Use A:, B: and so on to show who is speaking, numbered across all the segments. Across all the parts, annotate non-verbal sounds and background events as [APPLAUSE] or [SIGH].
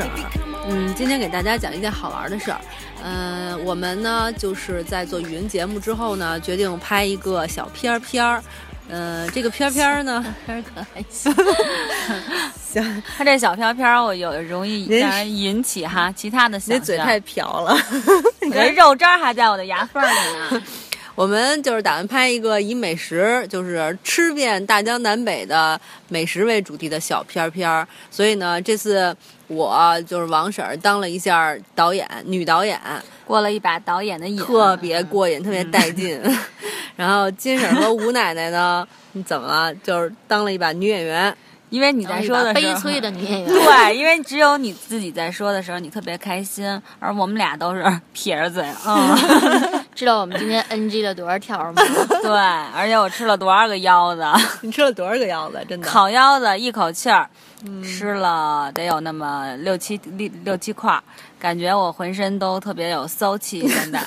A: 啊嗯给大家讲一件好玩的事儿。呃，我们呢就是在做语音节目之后呢，决定拍一个小片儿片儿。呃，这个片儿片儿呢，
B: 片可还行。
C: 行，
B: 他这小飘飘，我有容易
C: 您
B: 让人引起哈其他的
C: 你
B: 想
C: 嘴
B: 象
C: 太瓢了。
B: 我这肉汁儿还在我的牙缝儿里呢。
A: [LAUGHS] 我们就是打算拍一个以美食，就是吃遍大江南北的美食为主题的小片儿片儿。所以呢，这次我就是王婶儿当了一下导演，女导演，
B: 过了一把导演的瘾，
A: 特别过瘾，特别带劲。
C: [LAUGHS]
A: 然后金婶儿和吴奶奶呢，你怎么了？就是当了一把女演 [LAUGHS] 员。
B: 因为你在说的时
D: 悲
B: 候，
D: 催的女演员，
B: 对，因为只有你自己在说的时候，你特别开心，而我们俩都是 [LAUGHS] 撇着嘴，嗯，
D: 知道我们
B: [LAUGHS]
D: 今天 NG 了多少条吗？
B: 对，而且我吃了多少个腰子，
C: 你吃了多少个腰
A: 啊
C: 子？真的？
B: [LAUGHS] 烤腰子一口气儿。吃了得有那么六七六六七块儿，感觉我浑身都特别有骚气，现在。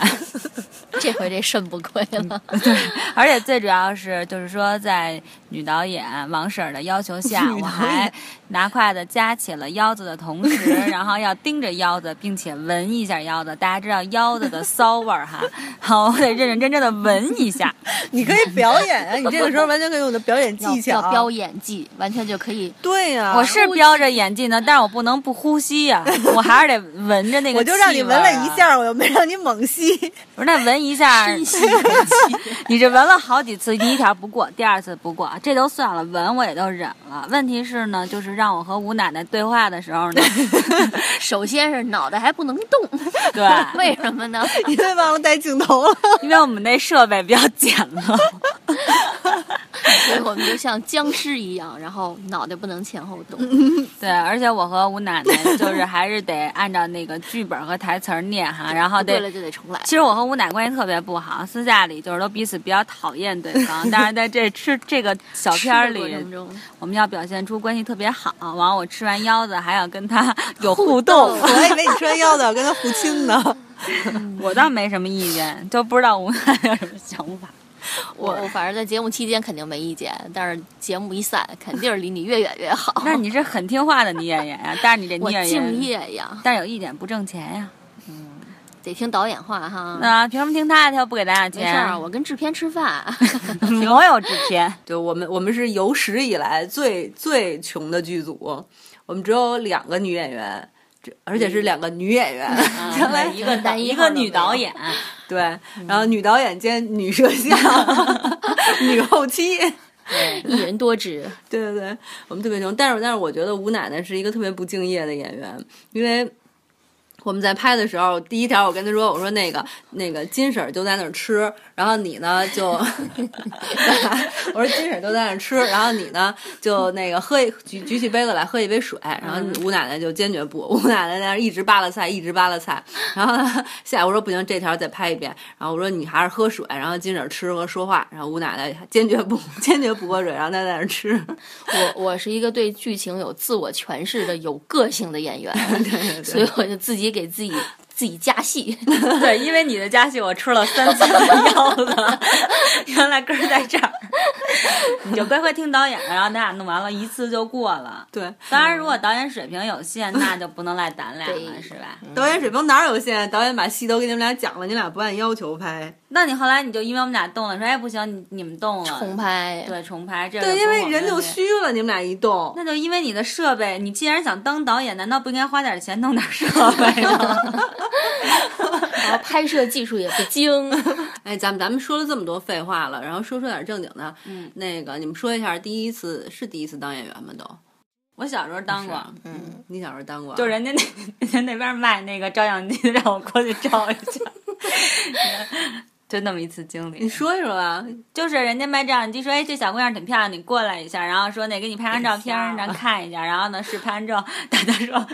D: 这回这肾不亏了，
B: 嗯 [LAUGHS] 而且最主要是，就是说，在女导演王婶儿的要求下，我还拿筷子夹起了腰子的
C: [LAUGHS]
B: 同时，然后要盯着腰子，并且闻一下腰子。大家知道腰子的骚味儿哈，好，我得认认真真的闻一下。
C: 你可以表演
A: [LAUGHS]
C: 啊！你这个时候完全可以用你的表演
D: 要
C: 技巧。
D: 要飙演技，完全就可
B: [LAUGHS]
D: 以。
C: 对呀、
B: 我是飙着演技呢，但是我不能不呼吸呀、我还是得闻着那个、
C: 我就让你闻了
B: 啊
C: 一。下，我又没让你猛
A: [LAUGHS]
C: 吸。
B: 不是，那闻一
D: [LAUGHS]
B: 下， [LAUGHS] 你这闻了好几次，第一条不过，第二次不过，这都算了，闻我也都忍了。问题是呢，就是让我和吴奶奶对话的时候呢， [LAUGHS]
D: 首先是脑袋还不能动，
B: 对，
D: [LAUGHS] 为什么呢？
C: 因为忘了带镜
A: [LAUGHS]
C: 头
A: 哦
C: 了。
B: 因为我们那设备比较简陋，
D: 所以我们就像僵尸一样，然后脑袋不能前后动。
B: 对，而且我和吴奶奶就是还是得按照那个剧本和台词儿念哈，然后
D: 不对
B: 得
D: 了就得重来。
B: 其实我和吴奶关系特别不好，私下里就是都彼此比较讨厌对方，但是在这吃这个小片儿
D: 吃的过
B: 里，
D: 程中，
B: 我们要表现出关系特别好。完，我吃完腰子还要跟 [LAUGHS] 他有互动，
C: [LAUGHS] 我还以为你吃完腰子要跟他互亲
A: [LAUGHS]
C: 呢。
B: 我倒没什么意见，就不知道吴奶奶有什么想法。
D: 我我反正在节目期间肯定没意见，但是节目一散，肯定是离你越远越好。
B: 那你是很听话的女演员呀，但是你这
D: 我
B: 女演 [LAUGHS]
D: 敬
B: 员，
D: 业呀，
B: 但是有一点不挣钱呀。
D: 得听导演话哈。
B: 那凭什么听他的？他又不给咱俩
D: 没事
B: 钱。
D: 儿，我跟制片
B: [LAUGHS]
D: 吃饭。
B: 啊
D: [LAUGHS]
B: 我有制 [LAUGHS] 片，
A: 就我们我们是有史以来最最穷的剧组，我们只有两个女演员，这而且是两个女演员。
C: 嗯
A: [LAUGHS]
B: 将来一个
D: 单一
B: 一
D: 号
B: 个
D: 都没
B: 女
D: 有
B: 导演，
A: 对，然后女导演兼女摄像、女后期。
D: 一人多职，
A: 对对对，我们特别穷，但是但是我觉得吴奶奶是一个特别不敬业的演员，因为我们在拍的时候，第一条我跟她说，我说那个那个金婶儿就在那儿吃，然后你呢就， [LAUGHS] 我说金婶儿就在那儿吃，然后你呢就那个喝一举举起杯子来喝一杯水，然后吴奶奶就坚决不，吴奶奶在那儿一直扒拉菜，一直扒拉菜，然后 [LAUGHS] 呢下来我说不行，这条再拍一遍，然后我说你还是喝水，然后金婶儿吃和说话，然后吴奶奶坚决不坚决不喝水，然后她在那儿吃。
D: 我我是一个对剧情有自我诠释的、有个性的演员， [LAUGHS] 所以我就自己给自己自己加戏。
B: 对，因为你的家戏我吃了三次的腰 [LAUGHS] 子，原来根儿在这儿，你就乖乖听导演的，然后咱俩弄完了一次就过了。
A: 对，
B: [LAUGHS] 当然，如果导演水平有
A: [LAUGHS]
B: 限，那就不能赖咱俩了，
D: 对
B: 是吧？
A: 导演水平哪有限？导演把戏都给你们俩讲了，你俩不按要求拍。
B: 那你后来你就因为我们俩动了，说哎不行，你你们动了，
D: 重拍，
B: 对重拍，这个
A: 对，因
B: 不
A: 为
B: 是我们
A: 人就
B: 的那
A: 虚了，你们俩一动。
B: 那就因为你的设备，你既然想当导演，难道不应该花点钱弄点设备
A: [LAUGHS]
B: 吗？
D: 然后拍摄技术也不精，
A: 哎，咱们咱们说了这么多废话了，然后说说点正经的。嗯，那个你们说一下，第一次是第一次当演员吗？都
B: 我小时候当过，
D: 嗯，
A: 你小时候当过？啊
B: 就人家那人家那边卖那个照相机，让我过去照一下，
A: [LAUGHS]
B: 就那么一次经
A: 你
B: 历。
A: 说一说吧。
B: 就是人家卖照相机说，哎，这小姑娘挺漂亮，你过来一下，然后说那给你拍张照片儿，咱看一下。然后呢，试拍完之后，大家说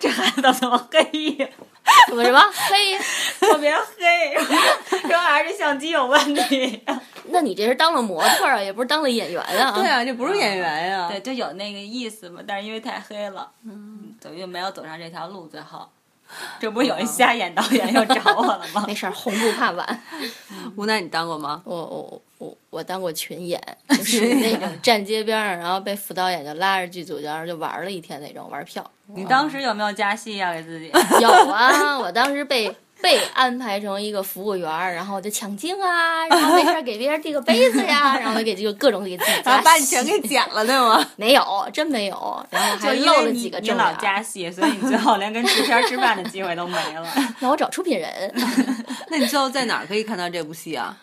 B: 这孩子怎么黑呀，
D: 什么什么嘿，
B: 特别黑， [LAUGHS] 说还是相机有问题。 [LAUGHS]
D: 那你这是当了模特儿啊，也不是当了演员啊？
A: 对，啊，这不是演员呀、
B: 嗯对，就有那个意思嘛，但是因为太黑了，嗯，等于没有走上这条路，最后。这不有一瞎眼导演又找我了吗？
D: 没事儿，红不怕晚。
A: 吴楠，你当过吗？
D: 我我我我当过群演，就是那种站街边儿上，然后被副导演就拉着剧组，然后就玩了一天那种玩票。
B: 你当时有没有加戏呀、给
D: [LAUGHS]
B: 自己？
D: 有啊，我当时被被安排成一个服务员儿，然后我就抢镜啊，然后没事儿给别人递个杯子呀、然后给就各种给自己
A: 然
D: 加
A: 后把你
D: 戏
A: 全给剪了，对吗？
D: 没有，真没有，然后还
B: 就因
D: 漏
B: 为
D: 了
B: 你
D: 几个
B: 你
D: 正
B: 老
D: 脸儿，
B: 加戏，所以你最后连跟制片吃饭的机会都没了。
D: 那我找出品人。
A: [LAUGHS] 那你最后在哪儿可以看到这部戏啊？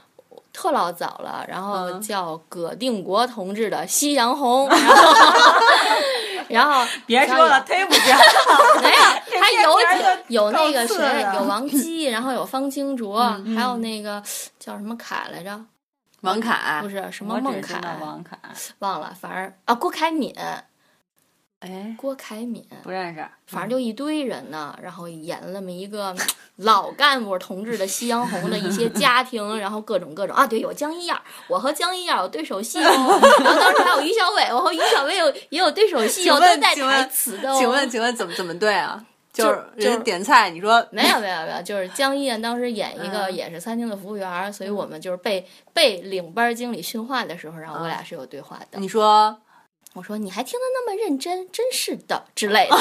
D: 特老早了，然后
A: 嗯
D: 叫葛定国同志的《夕阳红》，然后然后
B: 别说了，推不掉。
D: 没有，还有
C: 片名儿
D: 几有那
C: 够
D: 个
C: 次
D: 谁，
C: 的
D: 有王姬，然后有方清卓，还有那个叫什么凯来着？
A: 王凯
D: 不，是什么
B: 我
D: 孟
B: 只知
D: 凯，
B: 道王凯，
D: 忘了，反正啊，郭凯敏，
A: 哎，
D: 郭凯敏。
B: 不认识。
D: 反
A: 嗯
D: 正就一堆人呢，然后演了那么一个老干部同志的《夕阳红》的
A: [LAUGHS]
D: 一些家庭，然后各种各种啊，对，有江一燕儿，我和江一燕儿有对手戏哦， [LAUGHS] 然后当时还有于小伟，我和于小伟有也有对手戏哦，
A: 请问
D: 都带
A: 请问
D: 台词的哦。
A: 请问，请问怎么怎么对啊？就
D: 就是就
A: 人家点菜，你说
D: 没有没有没有，就是江一燕当时演一
A: 嗯
D: 个也是餐厅的服务员儿，所以我们就是被被领班经理训话的时候，然
A: 嗯
D: 后我俩是有对话的。
A: 你说
D: 我说你还听得那么认真，真是的之类的。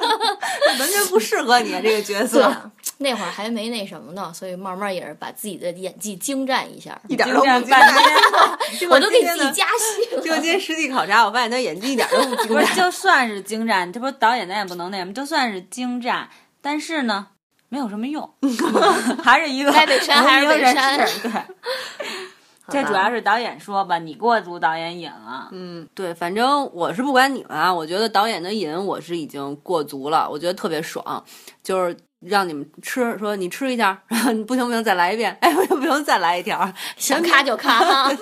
A: 完全不适合你啊这个角
D: 对啊
A: 色，，
D: 那会儿还没那什么呢，所以慢慢也是把自己的演技精湛一下，
A: 一点儿
B: 就
A: 都
B: 这样
A: 不
B: 半天。
D: 我都给自己
A: 加。
D: 加戏
A: 结果今
D: 了。
A: 天实地考察，我发现他演技一点都不精
B: 不是，
A: 湛。
B: 就算是精湛，这不导演咱也不能那什么，就算是精湛，但是呢，没有什么用，还是一个
D: 该被删还是被删
B: 无名人士对，这主要是导演说吧，你过足导演瘾了，
A: 嗯，对，反正我是不管你们啊，我觉得导演的瘾我是已经过足了，我觉得特别爽，就是让你们吃，说你吃一下，然后你 [LAUGHS] 不行不行再来一遍，哎不行不行再来一条，
D: 想咔就 [LAUGHS] 咔哈，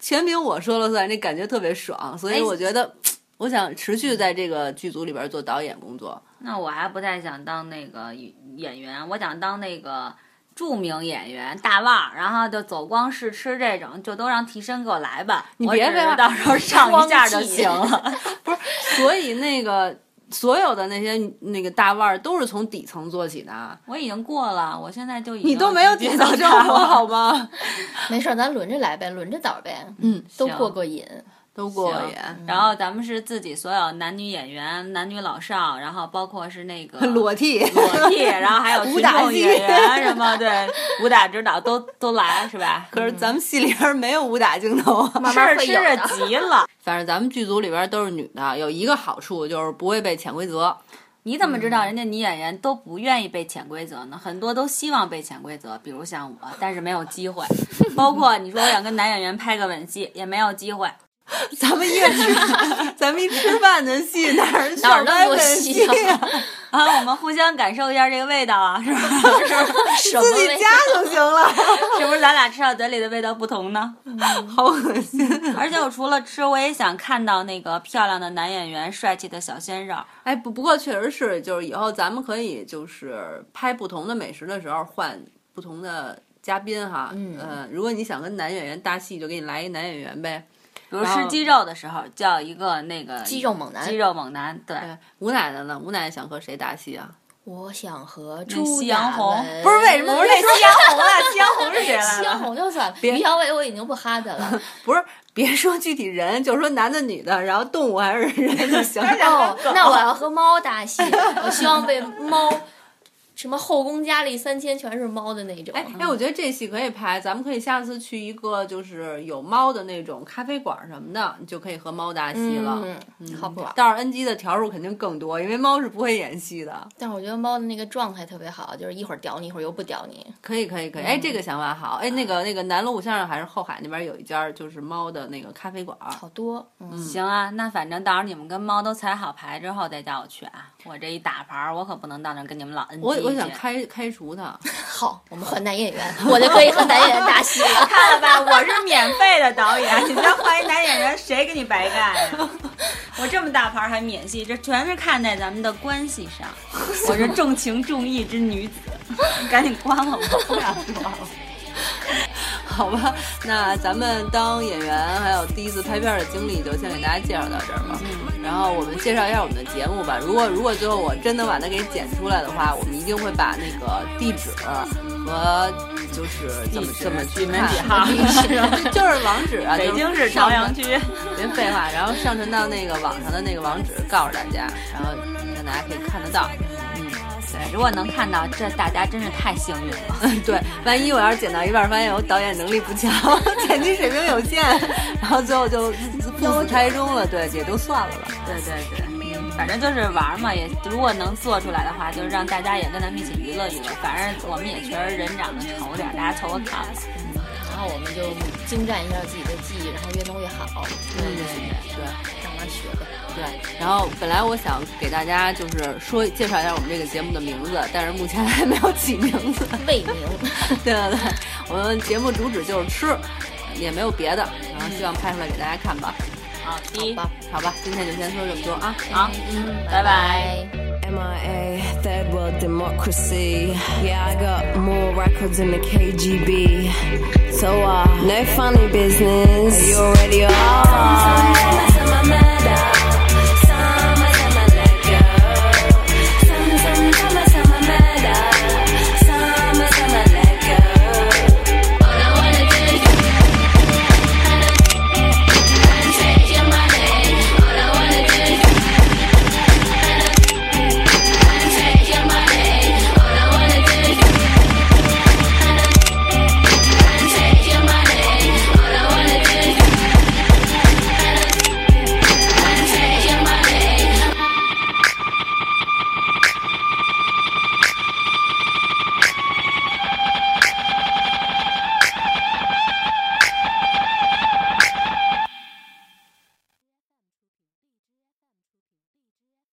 A: 全凭我说了算，这感觉特别爽，所以我觉得我想持续在这个剧组里边做导演工作。
B: 那我还不太想当那个演员，我想当那个著名演员大腕儿，然后就走光试吃这种，就都让替身给我来吧，
A: 你
B: 我
A: 别
B: 只
A: 废话
B: 是到时候上一下就行了。 [LAUGHS]
A: 所以那个所有的那些那个大腕儿都是从底层做起的啊，
B: 我已经过了，我现在就已经
A: 你都没有底层生活好吗？
D: 没事儿，咱轮着来呗，轮着倒呗，
A: [LAUGHS] 嗯，
D: 都
B: 行
D: 过过瘾。
A: 都过
B: 行
A: 瘾。
B: 然后咱们是自己所有男女演员、男女老少，然后包括是那个
A: [LAUGHS] 裸替，
B: 裸替，然后还有群
A: 武打
B: 众
A: 戏
B: 演员什么，对，武打指导都都来是吧？
A: 可是咱们戏里边没有武打镜头啊。
D: 慢
B: 事
D: 慢
B: 儿
D: 会
B: 吃
D: 有的
B: 着急了，
A: 反正咱们剧组里边都是女的，有一个好处就是不会被潜规则。
B: 你怎么知
D: 嗯
B: 道人家女演员都不愿意被潜规则呢？很多都希望被潜规则，比如像我，但是没有机会。 [LAUGHS] 包括你说我想跟男演员拍个吻戏，也没有机会。
A: 咱们一个吃， [LAUGHS] 咱们一吃饭的戏 [LAUGHS] 哪儿
D: 哪
A: 上
D: 儿那
A: 班
D: 么多
A: 的
D: 戏啊
A: 啊？
B: 啊，我们互相感受一下这个味道啊， [LAUGHS]
D: [LAUGHS]
B: 是吧？
D: 什么
A: 自己
D: 味
A: 加就行了，
B: 是不是咱俩吃到嘴里的味道不同呢？
D: 嗯
A: 好恶心。
B: 而且我除了吃，我也想看到那个漂亮的男演员、帅气的小鲜肉。
A: [LAUGHS] 哎，不不过确实是，就是以后咱们可以就是拍不同的美食的时候换不同的嘉宾哈。
D: 嗯
A: 呃，如果你想跟男演员搭戏，就给你来一男演员呗。
B: 比如吃鸡肉的时候，叫一个那个
D: 肌哦肉猛男
B: 肌肉猛男，对，
A: 哎，吴奶奶呢？吴奶奶想和谁搭戏啊？
D: 我想和
B: 那
D: 朱
B: 夕
D: 亚
B: 阳红
D: 文
B: 不是为什么不是
D: [LAUGHS]
B: 那夕阳红啊？
A: [LAUGHS]
B: 夕阳红是谁
D: 夕阳？红就算了，
A: 别
D: 于小伟我已经不哈他 [LAUGHS] 了。哦
A: 不是，别说具体人，就说男的、女的，然后动物还是人 [LAUGHS] 就行了。
D: 哦，那我要和猫搭戏，我希望被猫，什么后宫佳丽三千全是猫的那种。啊
A: 哎哎，我觉得这戏可以拍，咱们可以下次去一个就是有猫的那种咖啡馆什么的，你就可以和猫搭戏了。
D: 嗯，嗯靠谱。
A: 到时候 NG 的条数肯定更多，因为猫是不会演戏的。
D: 但是我觉得猫的那个状态特别好，就是一会儿屌你，一会儿又不屌你。
A: 可以可以可以，哎，这个想法好。哎，那个那个南锣鼓巷还是后海那边有一家就是猫的那个咖啡馆儿，
D: 好多，嗯，
B: 行啊，那反正到时候你们跟猫都彩好牌之后再叫我去啊！我这一打牌儿，我可不能到那儿跟你们老 NG
A: 我我想
B: 去
A: 开开除他。
D: [LAUGHS] 好，我们换男演员，我就可以和男演员搭戏了。
B: 看了吧，我是免费的导演，你再换一男演员，谁给你白干呀？我这么大牌还免戏，这全是看在咱们的关系上。我是重情重义之女子，赶紧关了吧，不想说了。
A: 好吧，那咱们当演员还有第一次拍片儿的经历，就先给大家介绍到这儿吧。
E: 嗯
A: 然后我们介绍一下我们的节目吧。如果如果最后我真的把它给剪出来的话，我们一定会把那个地址呃和就是怎么怎么去
E: 门几
A: 看
E: 号
A: [LAUGHS] 就是网址啊，
E: 北
A: 就是
E: 京市
A: 上
E: 朝阳
A: 传
E: 区，
A: 别废话，然后上传到那个网上的那个网址，告诉大家，然后让大家可以看得到。
B: 嗯对，如果能看到，这大家真是太幸运了。 [LAUGHS]
A: 对，万一我要是剪到一半儿，发现我导演能力不强，剪辑水平有
B: [LAUGHS]
A: 限，然后最后就父子胎中了，对，也就算了吧。
B: 对对对，嗯反正就是玩嘛，也如果能做出来的话，就是让大家也跟咱们一起娱乐娱乐。反正我们也确实人长得丑点儿，大家凑合看吧。
D: [LAUGHS] 然后我们就精湛一下自己的技艺，然后越弄越好。对对对，慢慢学呗。
A: 对，然后本来我想给大家就是说介绍一下我们这个节目的名字，但是目前还没有起名字。
D: 未 [LAUGHS] 名，
A: [LAUGHS] 对对对，我们节目主旨就是吃，也没有别的，然后希望拍出来给大家看吧。
B: 嗯好，第一，
D: 好吧
A: 好吧，今天就先说这么多啊。
B: 好，拜
D: 拜
B: 拜。
D: 拜
F: MIA, third world democracy. Yeah, I got more records than the KGB. So, uh, no funny business. You already are.